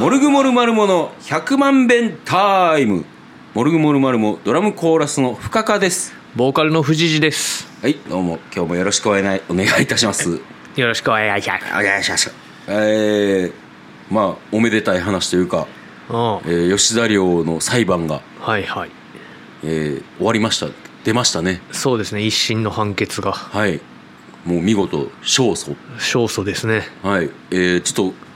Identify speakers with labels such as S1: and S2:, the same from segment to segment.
S1: モルグモルマルモの100万遍タイムモルグモルマルモドラムコーラスの深川です
S2: ボーカルの藤次です。
S1: はいどうも今日もよろしくお願いお願いいたします
S2: よろしくお願いします。
S1: お願いしますえー、まあおめでたい話というか、
S2: うん
S1: え。ー吉田寮の裁判が、
S2: はいはい。
S1: えー終わりました出ましたね
S2: そうですね。一審の判決が
S1: はいもう見事勝訴
S2: 勝訴ですね。
S1: はいえー、ちょっと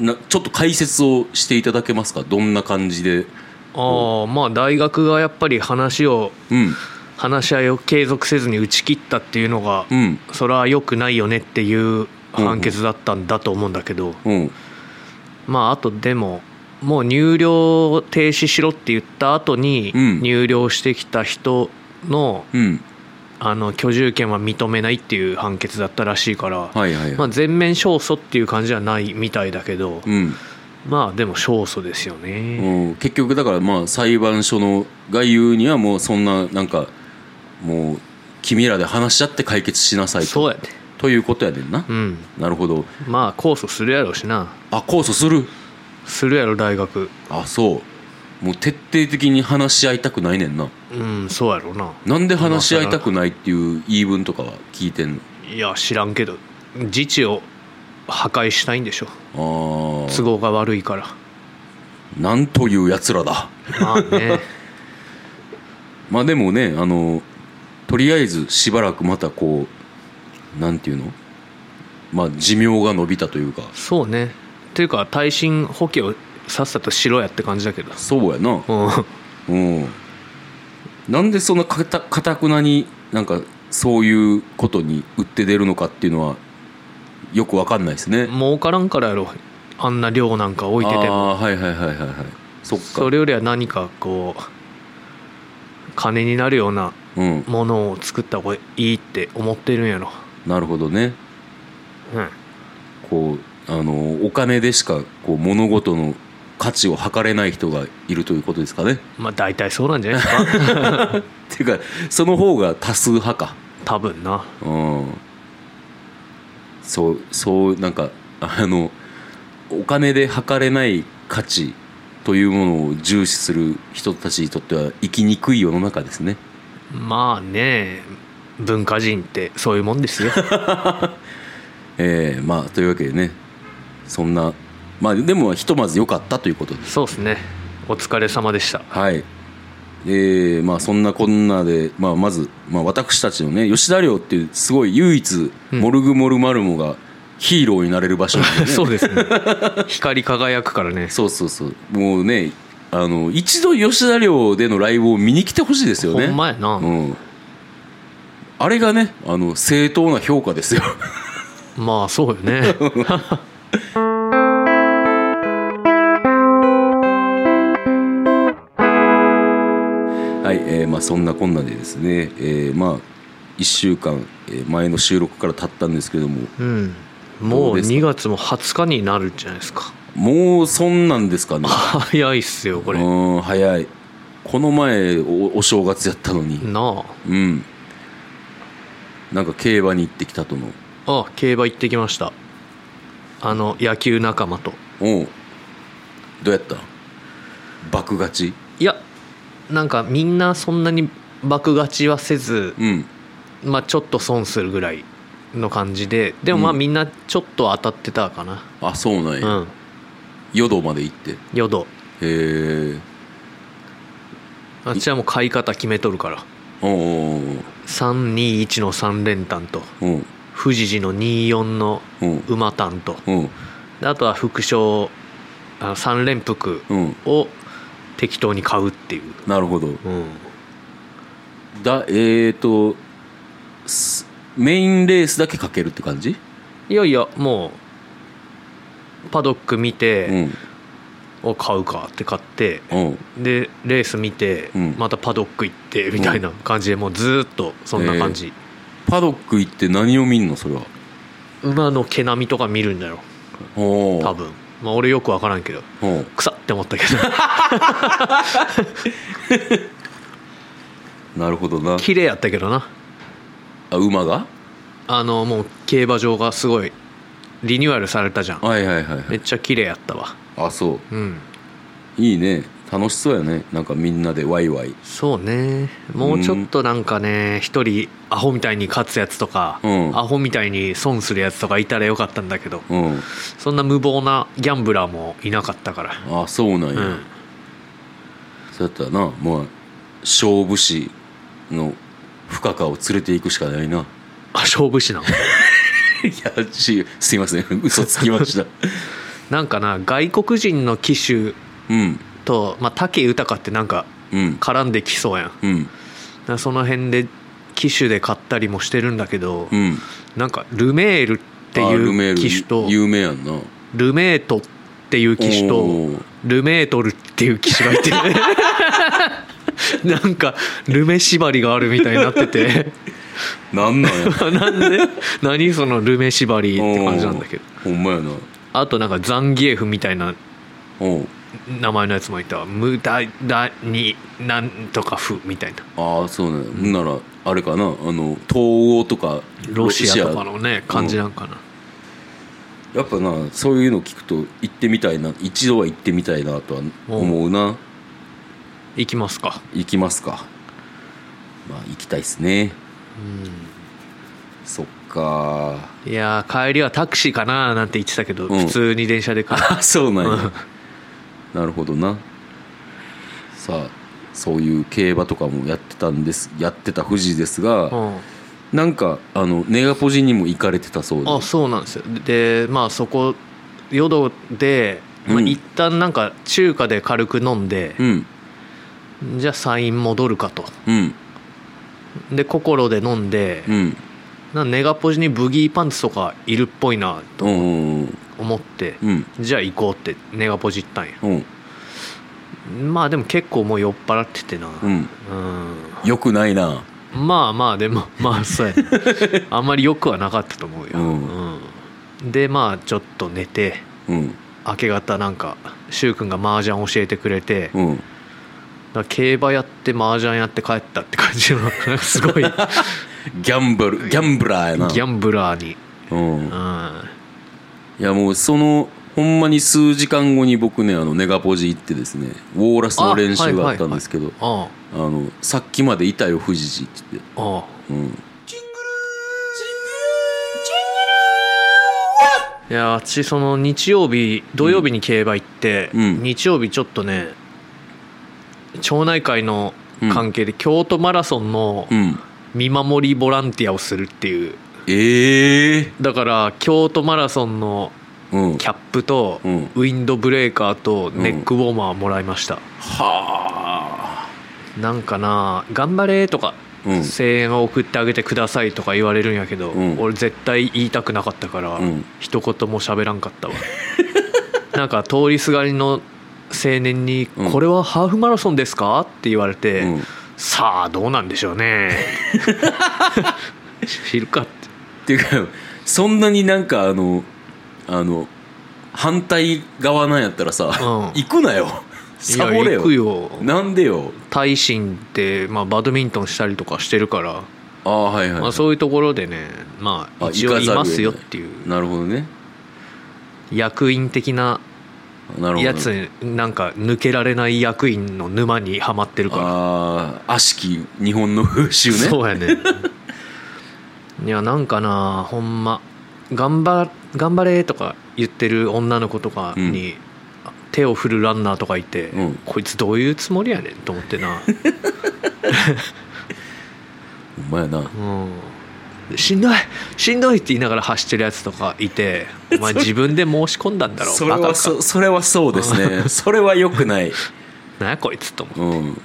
S1: なちょっと解説をしていただけますかどんな感じで
S2: ああ、まあ大学がやっぱり話を
S1: うん
S2: 話し合いを継続せずに打ち切ったっていうのが、
S1: うん
S2: それは良くないよねっていう判決だったんだと思うんだけど、
S1: うん
S2: まああとでも。もう入寮停止しろって言った後に
S1: うん
S2: 入寮してきた人の,、
S1: うん
S2: あの居住権は認めないっていう判決だったらしいから、
S1: はいはいはい、
S2: まあ、全面勝訴っていう感じじゃないみたいだけど、
S1: うん
S2: まあでも勝訴ですよね、
S1: うん、結局だからまあ裁判所のが言うにはもうそんななんかもう君らで話し合って解決しなさい
S2: そ
S1: と
S2: うやね
S1: ということやねんな、
S2: うん
S1: なるほど
S2: まあ控訴するやろうしな
S1: あ控訴する
S2: するやろ大学
S1: あそうもう徹底的に話し合いたくないねんな
S2: うんそうやろうな
S1: なんで話し合いたくないっていう言い分とかは聞いてん
S2: いや知らんけど自治を破壊したいんでしょ
S1: のあ
S2: 都合が悪いから
S1: あなんというやつらだ
S2: まあね
S1: まあでもねあのとりあえずしばらくまたこうなんていうのまあ寿命が伸びたというか
S2: そうねっていうか耐震補強をさっさとしろやって感じだけど
S1: そうやな
S2: うん
S1: うん、なんでそんなかたかたくなになんかそういうことに打って出るのかっていうのはよくわかんないですね。
S2: 儲からんからやろあんな量なんか置いてて
S1: あ
S2: も
S1: あーはいはいはいはいはいそっか
S2: それよりは何かこう金になるような
S1: うん、
S2: ものを作った方がいいって思ってるんやろ
S1: なるほどね
S2: うん
S1: こうあのお金でしかこう物事の価値を測れない人がいるということですかね。
S2: まあ大体そうなんじゃな いですか
S1: っていうかその方が多数派か。
S2: 多分な
S1: うん、そうそうなんかあのお金で測れない価値というものを重視する人たちにとっては生きにくい世の中ですね
S2: まあね文化人ってそういうも んですよ
S1: ええまあというわけでねそんなまあでもひとまず良かったということです
S2: そうですねお疲れ様でした
S1: はいええまあそんなこんなで、まあ、まず、まあ、私たちのね吉田寮っていうすごい唯一
S2: うん
S1: モルグモルマルモがヒーローになれる場所なんでね
S2: そう ですね光り輝くからね
S1: そうそうそうもうねあの一度吉田寮でのライブを見に来てほしいですよね
S2: ほんまやな、
S1: うん、あれがねあの正当な評価ですよ
S2: まあそうよね
S1: はい、えーまあ、そんなこんなでですね、えーまあ1週間えー前の収録から経ったんですけども
S2: うん
S1: ど
S2: も
S1: う
S2: う
S1: ですか
S2: 2月も20日になるんじゃないですか
S1: もうそんなんですかね
S2: 早いっすよこれな
S1: うん早いこの前おお正月やったのに
S2: あ
S1: うんなんか競馬に行ってきたとの
S2: あ競馬行ってきましたあの野球仲間と
S1: おうどうやった爆勝ち
S2: いやなんかみんなそんなに爆勝ちはせず、
S1: うん
S2: まあ、ちょっと損するぐらいの感じででもまあ
S1: うん
S2: みんなちょっと当たってたかな
S1: あそうなん
S2: う
S1: や、
S2: ん
S1: 淀まで行ってへ
S2: 淀
S1: え
S2: あっちはもう買い方決めとるから
S1: おうん
S2: 321の3連単と
S1: うん
S2: 富士寺の24の
S1: うん
S2: 馬単と
S1: うん
S2: であとは副賞あの3連複
S1: うん
S2: を適当に買うっていう、
S1: なるほど
S2: うん、
S1: だえっ、ー、とすメインレースだけかけるって感じ、
S2: いやいやもうパドック見て、
S1: うん
S2: を買うかって買って
S1: うん
S2: でレース見て、
S1: うん
S2: またパドック行ってみたいな感じでもうずーっとそんな感じ、
S1: パドック行って何を見んのそれは
S2: 馬の毛並みとか見るんだよ
S1: おお
S2: 多分まあ俺よく分からんけど
S1: おう
S2: 草って思ったけ ど
S1: なるほどな
S2: 綺麗やったけどな
S1: あ馬が
S2: あのもう競馬場がすごいリニューアルされたじゃん
S1: はいはいはいは
S2: め
S1: い
S2: っちゃ綺麗やったわ
S1: あそう
S2: うん
S1: いいね楽しそうやねなんかみんなでワイワイ
S2: そうねもうちょっとなんかね一人アホみたいに勝つやつとか、
S1: うん
S2: アホみたいに損するやつとかいたらよかったんだけど
S1: うん
S2: そんな無謀なギャンブラーもいなかったから
S1: あそうなん
S2: う
S1: や、
S2: ん
S1: そうやったらなまあ勝負師の深川を連れていくしか ないな
S2: あ勝負師なの
S1: いやしすいません嘘つきました
S2: なんかな外国人の騎手
S1: うん
S2: と、まあ、武豊ってなんか
S1: うん
S2: 絡んできそうやんだか
S1: うん
S2: らその辺で騎手で買ったりもしてるんだけど、
S1: うんっ
S2: なんかルメールっていう機種と
S1: 有名やんな
S2: ルメートっていう機種と
S1: おー
S2: ルメートルっていう機種がいてなんかルメ縛りがあるみたいになってて
S1: なんなんや
S2: なんで何そのルメ縛りって感じなんだけど
S1: おーほんまやな
S2: あとなんかザンギエフみたいな
S1: おう
S2: 名前のやつもいたわ無駄だになんとかフみたいな
S1: ああそうね、ほん、ならあれかなあの東欧とか
S2: ロシアとかの
S1: ロシ
S2: ね感じなんかな、
S1: アやっぱなそういうの聞くと行ってみたいな一度は行ってみたいなとは思うな
S2: 行きますか
S1: 行きますかまあ行きたいっすねそっか
S2: いやー帰りはタクシーかなーなんて言ってたけど、
S1: うん
S2: 普通に電車で帰 る
S1: あそうなんやなるほどなさあそういう競馬とかもやってたんですやってた富士ですが、
S2: うん
S1: なんかあのネガポジにも行かれてたそうで
S2: あそうなんですよでまあそこ淀で、まあ、
S1: うん
S2: 一旦なんか中華で軽く飲んで、
S1: うん
S2: じゃあサイン戻るかと
S1: うん
S2: で心で飲んで、
S1: うん
S2: なんかネガポジにブギーパンツとかいるっぽいな
S1: う
S2: と
S1: んうん
S2: 思って、
S1: うん
S2: じゃあ行こうってネガポジ行ったんや
S1: うん
S2: まあでも結構もう酔っ払っててな
S1: う
S2: うん
S1: んよくないな
S2: まあまあでも まあそうやねあんまり良くはなかったと思うよ、
S1: うん
S2: うんでまあちょっと寝て
S1: うん
S2: 明け方なんか柊君が麻雀教えてくれて、
S1: うん
S2: だから競馬やって麻雀やって帰ったって感じのなんかす ごいギャ
S1: ギャンブルギャンブラーやな
S2: ンブラーに、
S1: うん
S2: うん、
S1: いやもうそのほんまに数時間後に僕ねあのネガポジ行ってですねウォーラスの練習があったんですけど
S2: あ
S1: あのさっきまでいたよ富士寺って言って
S2: ああ
S1: うん
S2: あいや私その日曜日土曜日に競馬行って、
S1: うん
S2: 日曜日ちょっとね町内会の関係で京都マラソンの
S1: うん
S2: 見守りボランティアをするっていう
S1: ええ
S2: だから京都マラソンの
S1: うん
S2: キャップと
S1: うん
S2: ウィンドブレーカーとネックウォーマーもらいました、
S1: はあ
S2: なんかな「頑張れ」とか、
S1: うん
S2: 声援を送ってあげてください」とか言われるんやけど、
S1: うん
S2: 俺絶対言いたくなかったから、
S1: うん
S2: 一言も喋らんかったわ なんか通りすがりの青年に「
S1: うん
S2: これはハーフマラソンですか?」って言われて「
S1: うん
S2: さあどうなんでしょう ね」知るかって
S1: っていうかそんなになんかあのあの反対側なんやったらさ、
S2: うん
S1: 行くなよサボれ
S2: いや行くよ
S1: なんでよ
S2: 耐震って、まあ、バドミントンしたりとかしてるから、
S1: ああはいはい、
S2: まあ、そういうところでねまあ
S1: あ
S2: 一応
S1: 行か
S2: い
S1: ざるを得ない
S2: ますよっていう
S1: なるほどね
S2: 役員的な
S1: なるほど
S2: やつなんか抜けられない役員の沼にはまってるか
S1: ああ悪しき日本の風習
S2: ら
S1: ね
S2: そうやね いやなんかなほんま頑張「頑張れ」とか言ってる女の子とかに、手を振るランナーとかいて、
S1: うん
S2: こいつどういうつもりやねんと思っ てな、
S1: ほんまやな
S2: うん、しんどいしんどいって言いながら走ってるやつとかいてお 前自分で申し込んだんだろ
S1: それ
S2: バカ
S1: は
S2: か
S1: そそれはそうですねそれはよくない
S2: なんやこいつと思う
S1: うん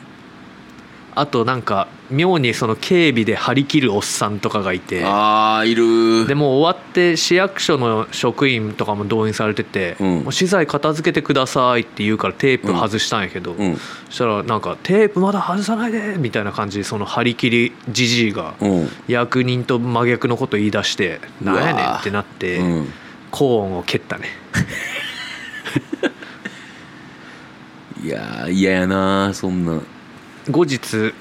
S2: あとなんか妙にその警備で張り切るおっさんとかがいて
S1: ああいる
S2: でもう終わって市役所の職員とかも動員されてて「
S1: うん
S2: もう資材片付けてください」って言うからテープ外したんやけど、
S1: うん
S2: そしたらなんか「テープまだ外さないで」みたいな感じでその張り切りじじいが
S1: うん
S2: 役人と真逆のこと言い出して「
S1: うわ
S2: な
S1: ー
S2: んやねん」ってなって
S1: うん
S2: 高音を蹴ったね
S1: いやー嫌やなそんな
S2: 後日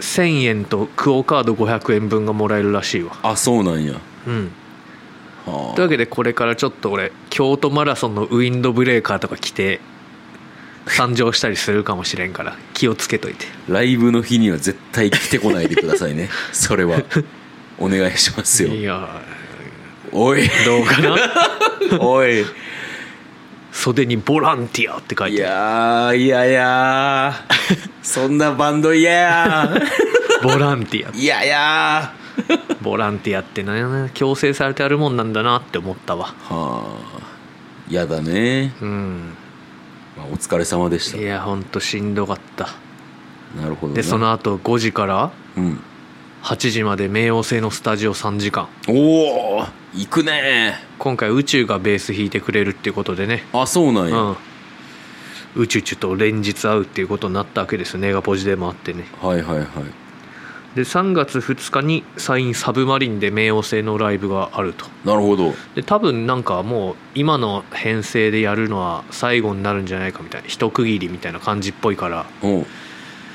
S2: 1000円とクオ・カード500円分がもらえるらしいわ
S1: あそうなんや
S2: うん
S1: は
S2: というわけでこれからちょっと俺京都マラソンのウィンドブレーカーとか着て参上したりするかもしれんから気をつけといて
S1: あライブの日には絶対来てこないでください ねそれはお願いします
S2: い
S1: よ
S2: や
S1: おい
S2: ーどうかな
S1: おい
S2: 袖に「ボランティア」って書い
S1: い
S2: てあ
S1: やーいやいやーそんなバンド嫌や
S2: るボランティア
S1: ーいやいや
S2: ボランティアってね強制されてあるもんなんだなって思ったわ
S1: ーはあ嫌だね、
S2: うん
S1: まあ、お疲れ様でし
S2: いやほんとしんどかった
S1: たなるほどな
S2: でその後5時から
S1: うん
S2: 8時まで冥王星のスタジオ3時間
S1: おお行くね
S2: 今回宇宙がベース弾いてくれるっていうことでね
S1: あそうなんや、
S2: うん宇宙宙と連日会うっていうことになったわけですよネガポジでもあってね
S1: はいはいはい
S2: で3月2日にサインサブマリンで冥王星のライブがあると
S1: なるほど
S2: で多分なんかもう今の編成でやるのは最後になるんじゃないかみたいな一区切りみたいな感じっぽいから
S1: うん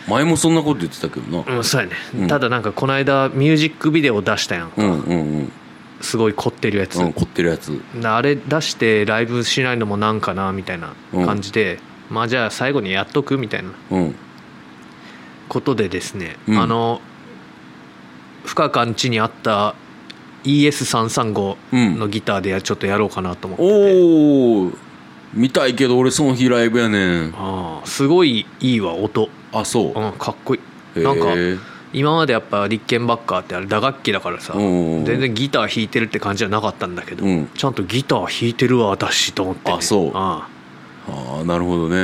S1: 前もそんなこと言ってたけどな、
S2: うんそうやね、
S1: うん
S2: ただなんかこの間ミュージックビデオ出したやん
S1: うん、うんうん
S2: すごい凝ってるやつ、
S1: うん凝ってるやつ
S2: なあれ出してライブしないのもなんかなみたいな感じで、まあじゃあ最後にやっとくみたいな
S1: うん
S2: ことでですね、
S1: うん
S2: あの深川んちにあった ES335
S1: うん
S2: のギターでやちょっとやろうかなと思ってて、
S1: おお見たいけど俺その日ライブやねん
S2: ああすごいいいわ音、
S1: あそう
S2: うん、かっこいい
S1: へー
S2: なんか今までやっぱリッケンバッカーってあれ打楽器だからさ
S1: うんうんうん
S2: 全然ギター弾いてるって感じじゃなかったんだけど、
S1: うん
S2: ちゃんとギター弾いてるわ私と思って、ね、
S1: あそう
S2: あ
S1: ああなるほどね
S2: あ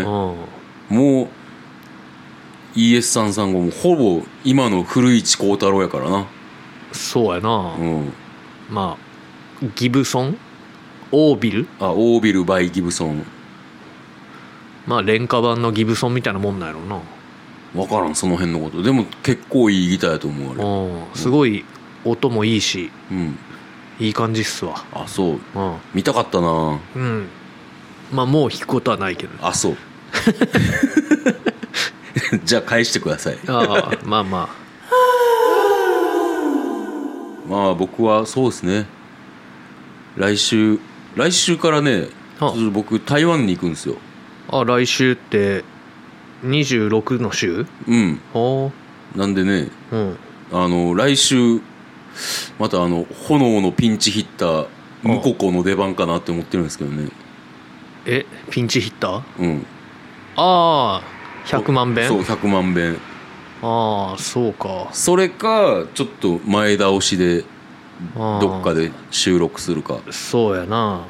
S2: うん
S1: もう ES335 もほぼ今の古市幸太郎やからな
S2: そうやな、
S1: うん
S2: まあギブソンオービル
S1: あオービル・バイ・ギブソン
S2: まあ廉価版のギブソンみたいなもんなんやろうな
S1: 分からんその辺のことでも結構いいギターやと思うあれ
S2: うんすごい音もいいし
S1: うん
S2: いい感じっすわ
S1: あそう
S2: うん、
S1: 見たかったな
S2: うん、まあもう弾くことはないけどね
S1: あ そうじゃあ返してください
S2: ああまあま
S1: まあ僕はそうですね来週来週からねちょ
S2: はあ
S1: っと僕台湾に行くんですよ
S2: ああ来週って26の週
S1: うん
S2: お
S1: なんでね
S2: うん
S1: あの来週またあの炎のピンチヒッタームココの出番かなって思ってるんですけどね
S2: えピンチヒッター
S1: うん
S2: ああ100万遍
S1: そう100万遍
S2: ああそうか
S1: それかちょっと前倒しで
S2: ああ
S1: どっかで収録するか
S2: そうやな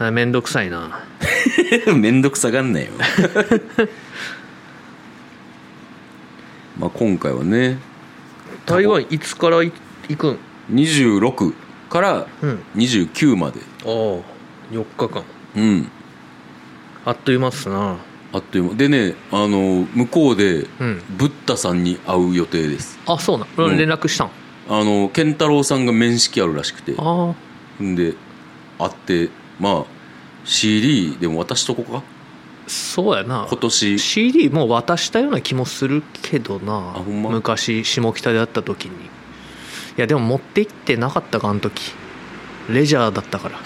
S2: あめんどくさいな
S1: めんどくさがんないよ まあ今回はね
S2: 台湾いつからい行くん
S1: 26から
S2: うん
S1: 29まで
S2: ああ4日間
S1: うん
S2: あっという間っすな
S1: あっという間でねあの向こうで
S2: うん
S1: ブッダさんに会う予定です
S2: あそうな
S1: うん
S2: 連絡したん、
S1: あの健太郎さんが面識あるらしくて
S2: あ
S1: んで会ってまあ CD でも渡しとこうか
S2: あそうやな
S1: 今年
S2: CD もう渡したような気もするけどな
S1: ほんま
S2: 昔下北で会った時にいやでも持って行ってなかったかあの時レジャーだった から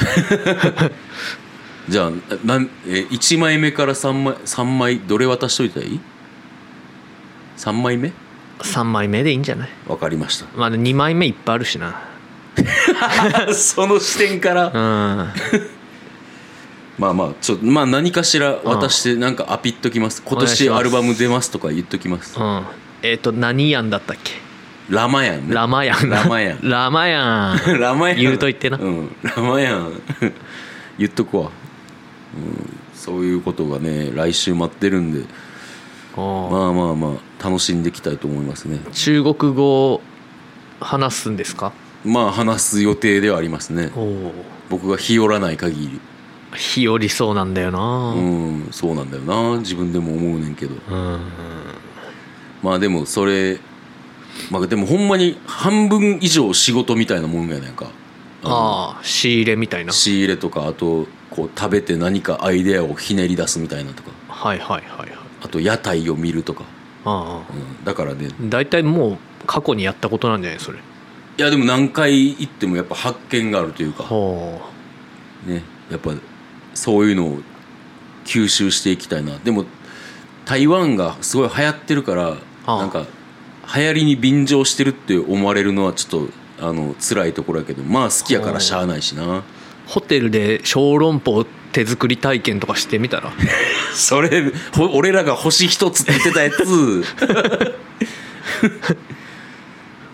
S1: じゃあなんえ1枚目から3枚三枚どれ渡しといたらいい ?3 枚目
S2: 3枚目でいいんじゃない
S1: わかりま し
S2: まあ2枚目いっぱいあるしな
S1: たその視点から
S2: うん
S1: まあまあちょまあ何かしら渡してなんかアピっときます今年アルバム出ますとか言っときます
S2: うんえっ、と何やんだったっけ
S1: ラマヤンね
S2: ラマヤン
S1: ラマヤン
S2: ラマヤン
S1: ラマヤン
S2: 言うといてな
S1: うんラマヤン 言っとくわ、うん、そういうことがね来週待ってるんで
S2: おう
S1: まあまあまあ楽しんでいきたいと思いますね
S2: 中国語話すんですか
S1: まあ話す予定ではありますね
S2: おお
S1: 僕が日和らない限り
S2: 日和りそうなんだよな
S1: うんそうなんだよな自分でも思うねんけど
S2: うん
S1: まあでもそれまあでもほんまに半分以上仕事みたいなもんやねんか
S2: ああ仕入れみたいな
S1: 仕入れとかあとこう食べて何かアイデアをひねり出すみたいなとか
S2: はいはいはいはい
S1: あと屋台を見るとか
S2: ああ
S1: うんだからね
S2: 大体もう過去にやったことなんじゃないそれ
S1: いやでも何回行ってもやっぱ発見があるというか
S2: ほ
S1: ねやっぱそういうのを吸収していきたいなでも台湾がすごい流行ってるから、
S2: あ
S1: なんか流行りに便乗してるって思われるのはちょっとあの辛いところやけどまあ好きやからしゃあないしな
S2: うホテルで小籠包手作り体験とかしてみ たら
S1: それほ俺らが星一つって言ってたやつ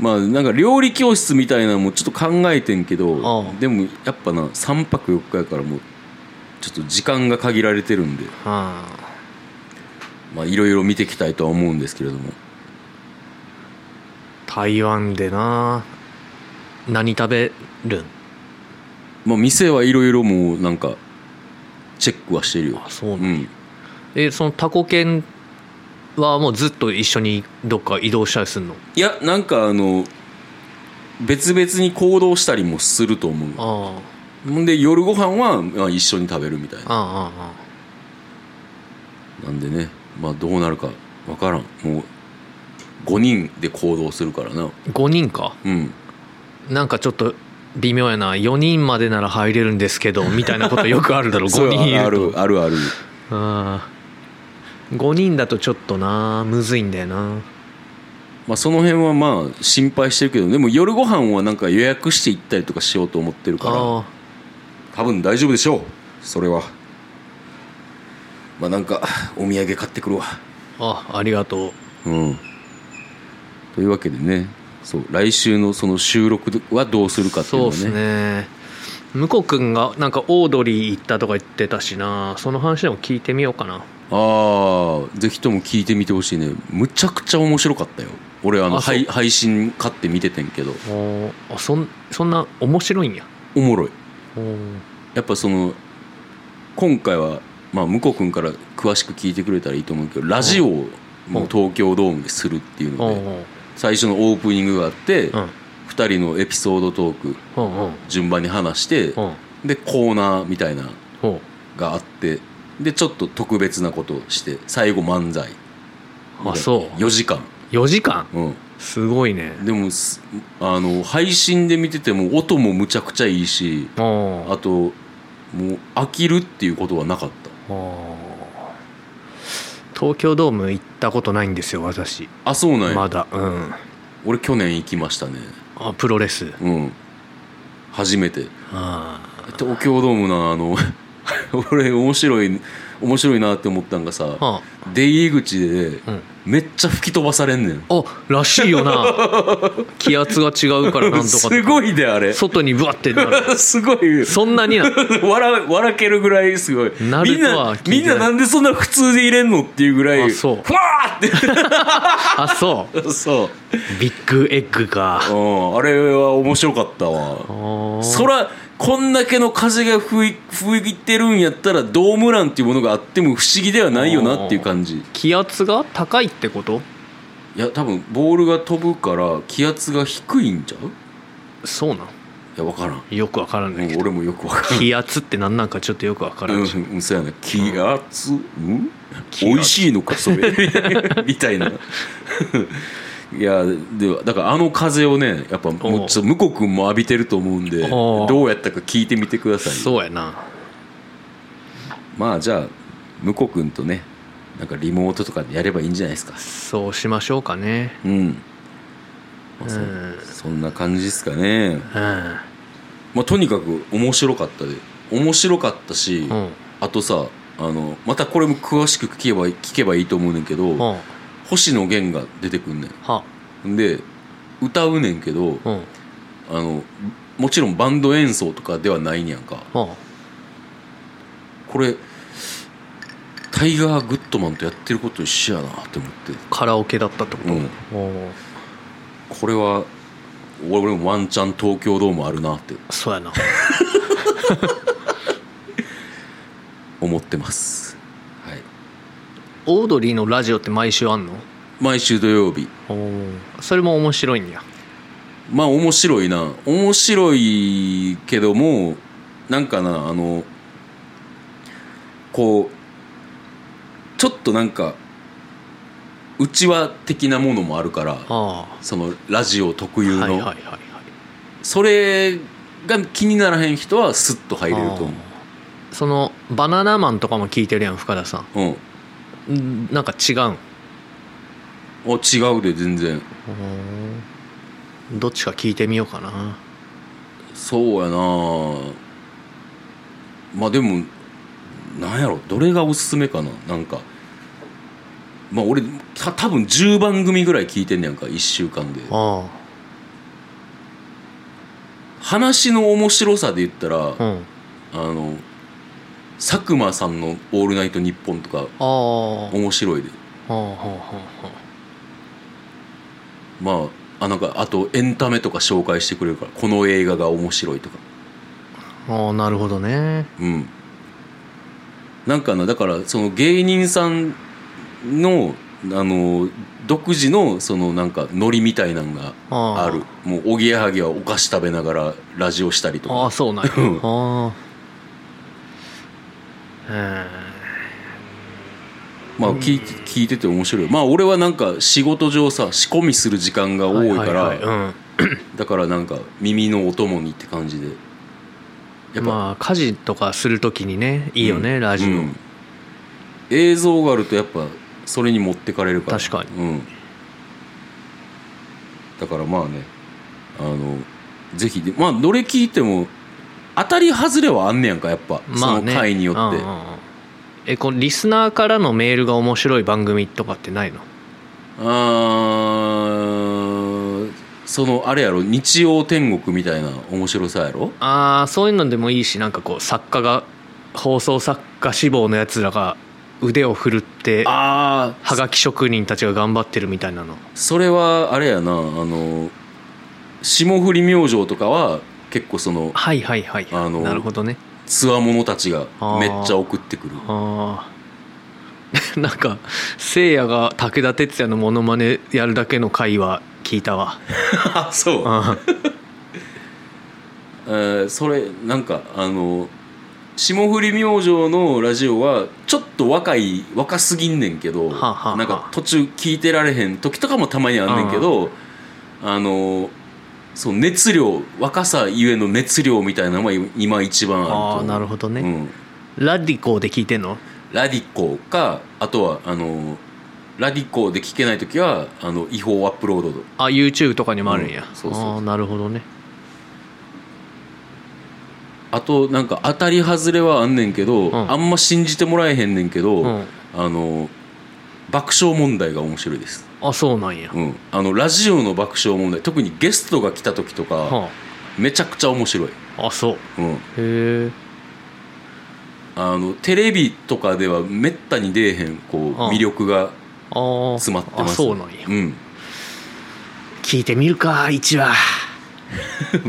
S1: まあなんか料理教室みたいなのもちょっと考えてんけど
S2: ああ
S1: でもやっぱな3泊4日やからもうちょっと時間が限られてるんで
S2: あ
S1: まあいろいろ見ていきたいとは思うんですけれども
S2: 台湾でな何食べるん
S1: まあ店はいろいろもうなんかチェックはしてるよ
S2: あそう
S1: う
S2: なんだ
S1: ん
S2: えそのタコ犬はもうずっと一緒にどっか移動したりするの
S1: いやなんかあの別々に行動したりもすると思う
S2: あ
S1: ほんで夜ご飯はまあ一緒に食べるみたいな
S2: ああああ
S1: なんでねまあどうなるか分からんもう5人で行動するからな
S2: あ5人か
S1: うん
S2: なんかちょっと微妙やな4人までなら入れるんですけどみたいなことよくあるだろ
S1: そ
S2: 5
S1: う
S2: 人いる
S1: ある
S2: と
S1: あるある
S2: ああ5人だとちょっとなむずいんだよな
S1: まあその辺はまあ心配してるけどでも夜ご飯はなんか予約して行ったりとかしようと思ってるから
S2: あ
S1: 多分大丈夫でしょうそれはまあなんかお土産買ってくるわ
S2: ああありがとう
S1: うんというわけでねそう来週のその収録はどうするかっていうの
S2: そう
S1: は
S2: で
S1: ね
S2: すね向こう君がなんかオードリー行ったとか言ってたしなその話でも聞いてみようかな
S1: ああぜひとも聞いてみてほしいねむちゃくちゃ面白かったよ俺あの
S2: あそう
S1: 配配信買って見ててんけど
S2: おーあそんそんな面白いんや
S1: おもろい
S2: おー
S1: やっぱその今回はまあ向こう君から詳しく聞いてくれたらいいと思うけどラジオをもう東京ドームでするっていう
S2: お
S1: ので
S2: ー
S1: 最初のオープニングがあって
S2: うん
S1: 2人のエピソードトーク
S2: うんうん
S1: 順番に話して
S2: うん
S1: でコーナーみたいな
S2: お
S1: があってでちょっと特別なことをして最後漫才
S2: あそう
S1: 4時間
S2: 4時間
S1: うん
S2: すごいね
S1: でもすあの配信で見てても音もむちゃくちゃいいし
S2: おー
S1: あともう飽きるっていうことはなかった
S2: おー東京ドーム行ったことないんですよ私
S1: あそうなんや、
S2: まだうん
S1: 俺去年行きましたね
S2: あプロレス
S1: うん初めて
S2: あ
S1: 東京ドームなあの 俺面白い面白いなって思ったんが
S2: ー
S1: さ
S2: あ
S1: 出入り口で
S2: うん
S1: めっちゃ吹き飛ばされんねん
S2: あらしい よな気圧が違うからなんとかと
S1: すごいであれ
S2: 外にブワってな る
S1: すごい
S2: そんなにな
S1: 笑う笑けるぐらいすごい
S2: な
S1: み
S2: る
S1: ん
S2: と
S1: な
S2: は聞いてない
S1: みんななんでそんな普通で入れんのっていうぐらい
S2: あそう
S1: ふわー
S2: あそう
S1: ってそう
S2: ビッグエッグか
S1: うんあれは面白かったわ
S2: あ
S1: そらこんだけの風が吹い吹いてるんやったらドームランっていうものがあっても不思議ではないよなっていう感じ
S2: 気圧が高いってこと
S1: いや多分ボールが飛ぶから気圧が低いんちゃうい
S2: そうなん
S1: や分からん
S2: よくわからない
S1: も
S2: け
S1: う
S2: ど
S1: 俺もよく分からん
S2: 気圧って何なんかちょっとよくわから
S1: うんん
S2: し、
S1: うん、そうやな気圧、うん、
S2: 気圧
S1: 美味しいのかそ れみたいな いやではだからあの風をねやっぱも
S2: お
S1: う
S2: う
S1: ちょっと向こう君も浴びてると思うんで
S2: おう
S1: どうやったか聞いてみてください
S2: そうやな
S1: まあじゃあ向こう君とねなんかリモートとかでやればいいんじゃないですか
S2: そうしましょうかね
S1: うん、まあ
S2: う
S1: そ
S2: ん
S1: そんな感じですかね、
S2: うん
S1: まあ、とにかく面白かったで面白かったし、
S2: うん
S1: あとさあのまたこれも詳しく聞けば聞けばいいと思うねんけど、
S2: うんは
S1: 星野源が出てくんねんで歌うねんけど
S2: うん
S1: あのもちろんバンド演奏とかではないんやんか
S2: うん
S1: これタイガー・グッドマンとやってること一緒やなって思って
S2: カラオケだったってこと、
S1: うん
S2: おー
S1: これは俺もワンチャン東京ドームあるなって
S2: そうやな
S1: 思ってます、はい、
S2: オードリーのラジオって毎週あんの
S1: 毎週土曜日
S2: それも面白いんや
S1: まあ面白いな面白いけどもなんかなあのこうちょっとなんかうちわ的なものもあるから
S2: あ
S1: そのラジオ特有
S2: あ
S1: の、
S2: はいはいはいはい
S1: それが気にならへん人はスッと入れると思
S2: あーそのバナナマンとかも聞いてるやん深田さ
S1: う、うん、
S2: んんなんか違うん
S1: お違うで全然
S2: どっちか聞いてみようかな
S1: そうやなまあでもなんやろどれがおすすめかななんかまあ俺た多分10番組ぐらい聞いてんねやんか1週間で
S2: あ
S1: 話の面白さで言ったら、
S2: あうん
S1: あの佐久間さんの「オールナイトニッポン」とか
S2: ああ
S1: 面白いで
S2: ああは
S1: まああなんかあとエンタメとか紹介してくれるからこの映画が面白いとか
S2: あはあああなるほどね
S1: うんなんかなだからその芸人さんのあの独自のそのなんかノリみたいなのが
S2: ああ
S1: あるもうおぎやはぎはお菓子食べながらラジオしたりと
S2: あ
S1: か
S2: あそうなんや
S1: うん
S2: ああ
S1: まあ聞いて聞いてて面白いまあ俺はなんか仕事上さ仕込みする時間が
S2: うん
S1: 多いから、
S2: ははは
S1: だからなんか耳のお供にって感じで
S2: う
S1: やっ
S2: ん
S1: ぱ
S2: まあ家事とかするときにねいいよね、ラジオ、
S1: うん映像があるとやっぱそれに持ってかれるから
S2: 確かに
S1: うん、だからまあねあのぜひでまあどれ聞いても当たり外れはあんねやんかやっぱ、
S2: まあ
S1: そ
S2: ね
S1: の回によ
S2: うん
S1: っ
S2: う
S1: て、
S2: んうんえこのリスナーからのメールが面白い番組とかってないの
S1: あーそのあれやろ日曜天国みたいな面白さやろ
S2: ああそういうのでもいいしなんかこう作家が放送作家志望のやつらが腕を振るっては
S1: ああ
S2: がき職人たちが頑張ってるみたいなの
S1: それはあれやなあの霜降り明星とかは結構その
S2: はいはいはい、
S1: あの
S2: なるほどね
S1: つわものたちがめっちゃ送ってくる
S2: ああなんかせいやが武田鉄矢のモノマネやるだけの回は聞いたわ
S1: あそう
S2: あ
S1: えーそれなんかあの霜降り明星のラジオはちょっと若い若すぎんねんけど、
S2: はあはあ
S1: なんか途中聞いてられへん時とかもたまにあんねんけど、あのそう熱量若さゆえの熱量みたいなのが今一番あると思
S2: あ
S1: う
S2: ーなるほどね、
S1: うん、
S2: ラディコで聞いてんの
S1: ラディコかあとはあのラディコで聞けない時はあの違法アップロード
S2: あ YouTube とかにもあるんや、
S1: うんそうそうそう
S2: ああなるほどね
S1: あとなんか当たり外れはあんねんけど、
S2: ん
S1: あんま信じてもらえへんねんけど、
S2: うん
S1: あの爆笑問題が面白いです、
S2: あそうなんや、
S1: うん、あのラジオの爆笑問題特にゲストが来た時とか、
S2: は
S1: めちゃくちゃ面白い、
S2: ああそう
S1: うん、
S2: へえ
S1: あのテレビとかではめったに出えへんこう、
S2: あ
S1: 魅力が
S2: ああ
S1: 詰まってます
S2: あそうなんや
S1: うん、
S2: 聞いてみるか1話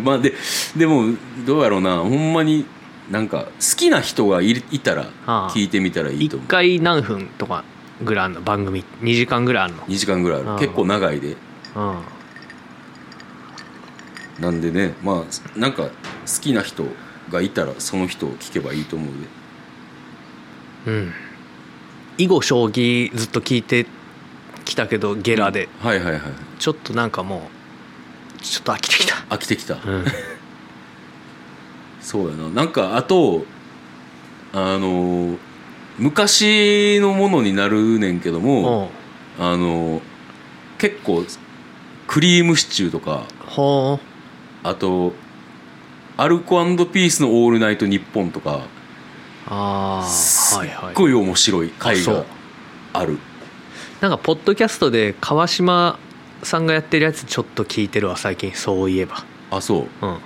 S1: まあででもどうやろうなほんまになんか好きな人がいいたら
S2: ああ
S1: 聞いてみたらいいと思
S2: 1
S1: う
S2: 回何分とかぐらいあんの番組2時間ぐらいあんの
S1: 2時間ぐらいある
S2: ああ
S1: 結構長いで
S2: うん
S1: なんでねまあなんか好きな人がいたらその人を聞けばいいと思うで
S2: うん囲碁将棋ずっと聞いてきたけどゲラで、
S1: はいはいはい
S2: ちょっとなんかもうちょっと飽きてきた
S1: 飽きてきた、
S2: うん
S1: そうやななんかあとあのー昔のものになるねんけども、
S2: おう
S1: あのー結構クリームシチューとか
S2: ほ
S1: あとアルコピースの「オールナイトニッポン」とか
S2: うああ
S1: すっ
S2: はいはい
S1: ごい面白い回
S2: あそ
S1: が
S2: う
S1: ある
S2: なんかポッドキャストで川島さんがやってるやつちょっと聞いてるわ最近そういえば
S1: あそう
S2: うん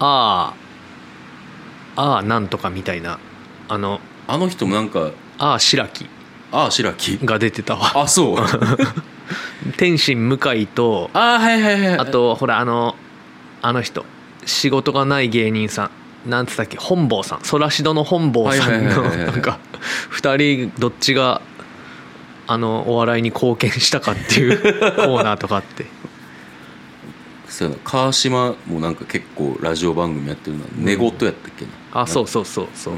S2: ああああなんとかみたいなあの
S1: あの人もなんか
S2: ああ白木
S1: ああ白木
S2: が出てたわ
S1: あそうあ
S2: 天心向井と
S1: あはいはいはい
S2: あとほらあのあの人仕事がない芸人さんなんつったっけ本坊さんソラシドの本坊さん
S1: はい
S2: の
S1: はいはいはいはい
S2: なんか2人どっちがあのお笑いに貢献したかっていう コーナーとかあって
S1: そうやな川島もなんか結構ラジオ番組やってるな寝言やったっけな
S2: あそうそうそうそう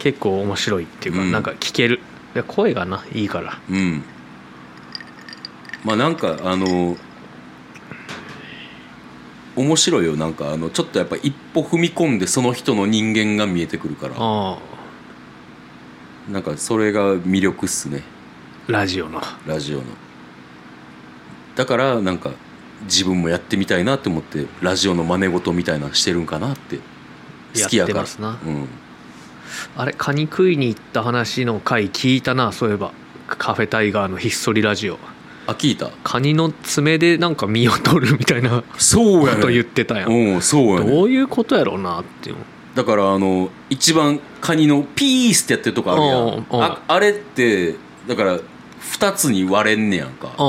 S2: 結構面白いっていうか
S1: うん
S2: なんか聞けるで声がないいから
S1: うんまあなんかあの面白いよなんかあのちょっとやっぱ一歩踏み込んでその人の人間が見えてくるから
S2: ああ
S1: なんかそれが魅力っすね
S2: ラジオの
S1: ラジオのだからなんか自分もやってみたいなって思ってラジオの真似事みたいなのしてるんかなって好きやから
S2: やってますな
S1: うん、
S2: あれカニ食いに行った話の回聞いたなそういえばカフェタイガーのひっそりラジオ
S1: あ聞いた
S2: カニの爪でなんか身を取るみたいな
S1: そう
S2: こ
S1: やね
S2: と言ってたやん
S1: うんそうやね
S2: どういうことやろうなっていう
S1: だからあの一番カニのピースってやってるとこあるや
S2: うんうん
S1: んああれってだから2つに割れんねやんか
S2: あああああ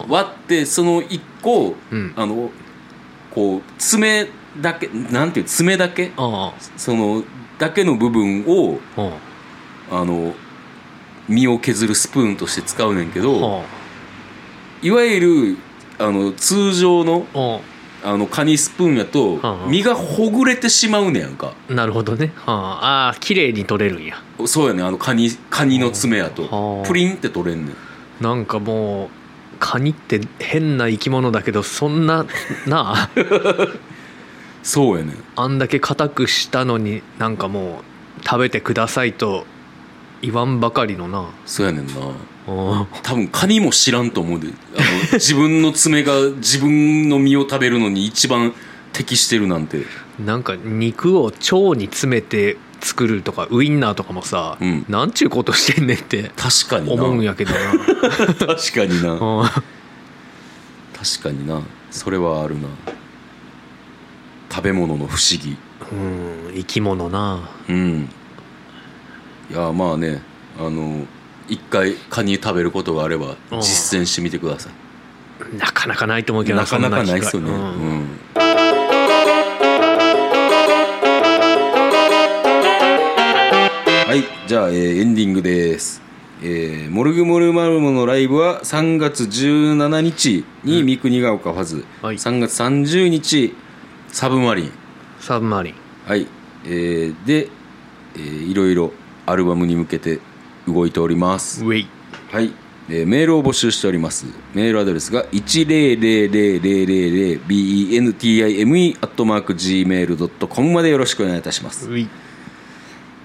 S2: あ
S1: 割ってその1個
S2: うん
S1: あのこう爪だけなんていう爪だけ
S2: あ
S1: そのだけの部分を
S2: ああ
S1: あの身を削るスプーンとして使うねんけど
S2: あ
S1: いわゆるあの通常の
S2: あ
S1: あのカニスプーンやと
S2: はあ
S1: 身がほぐれてしまうねやんか
S2: あなるほどねあああ綺麗に取れるんや
S1: そうやねんあのカニカニの爪やと
S2: はあ
S1: プリンって取れんねん
S2: なんかもうカニって変な生き物だけどそんななあ
S1: そうやねん
S2: あんだけ硬くしたのになんかもう食べてくださいと言わんばかりのな
S1: そうやねんな
S2: うん
S1: 多分カニも知らんと思うであの 自分の爪が自分の身を食べるのに一番適してるなんて
S2: なんか肉を腸に詰めて作るとかウインナーとかもさ、
S1: うん
S2: なんちゅうことしてんねんって
S1: 確かにな
S2: 思うんやけどな
S1: 確かにな
S2: うん
S1: 確かになそれはあるな食べ物の不思議
S2: うん生き物な
S1: うんいやまあねあの一回カニ食べることがあれば
S2: うん
S1: 実践してみてくださ
S2: なかなかないと思う
S1: い
S2: けど
S1: なかなか
S2: そん
S1: ない
S2: 機
S1: っ
S2: 会
S1: すよねう
S2: うん
S1: ん、はいじゃあ、えーエンディングですえーモルグモルマルモのライブは3月17日に三国ヶ丘ファズ、
S2: はい
S1: 3月30日サブマリン
S2: サブマリン
S1: はい、えーで、えーいろいろアルバムに向けて動いております
S2: ウェイ
S1: はい、えーメールを募集しておりますメールアドレスが 10000bentime.gmail.com までよろしくお願いいたしま
S2: ウ
S1: す、
S2: ェイ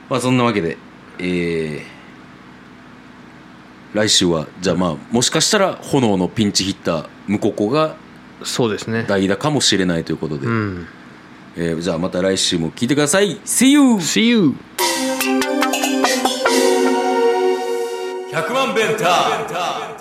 S1: まあ、そんなわけでえー来週はじゃあまあもしかしたら炎のピンチヒッタームココが
S2: そうですね
S1: 代打かもしれないということで、
S2: うん
S1: えーじゃあまた来週も聞いてください See you!
S2: See you!
S1: 100万ベンター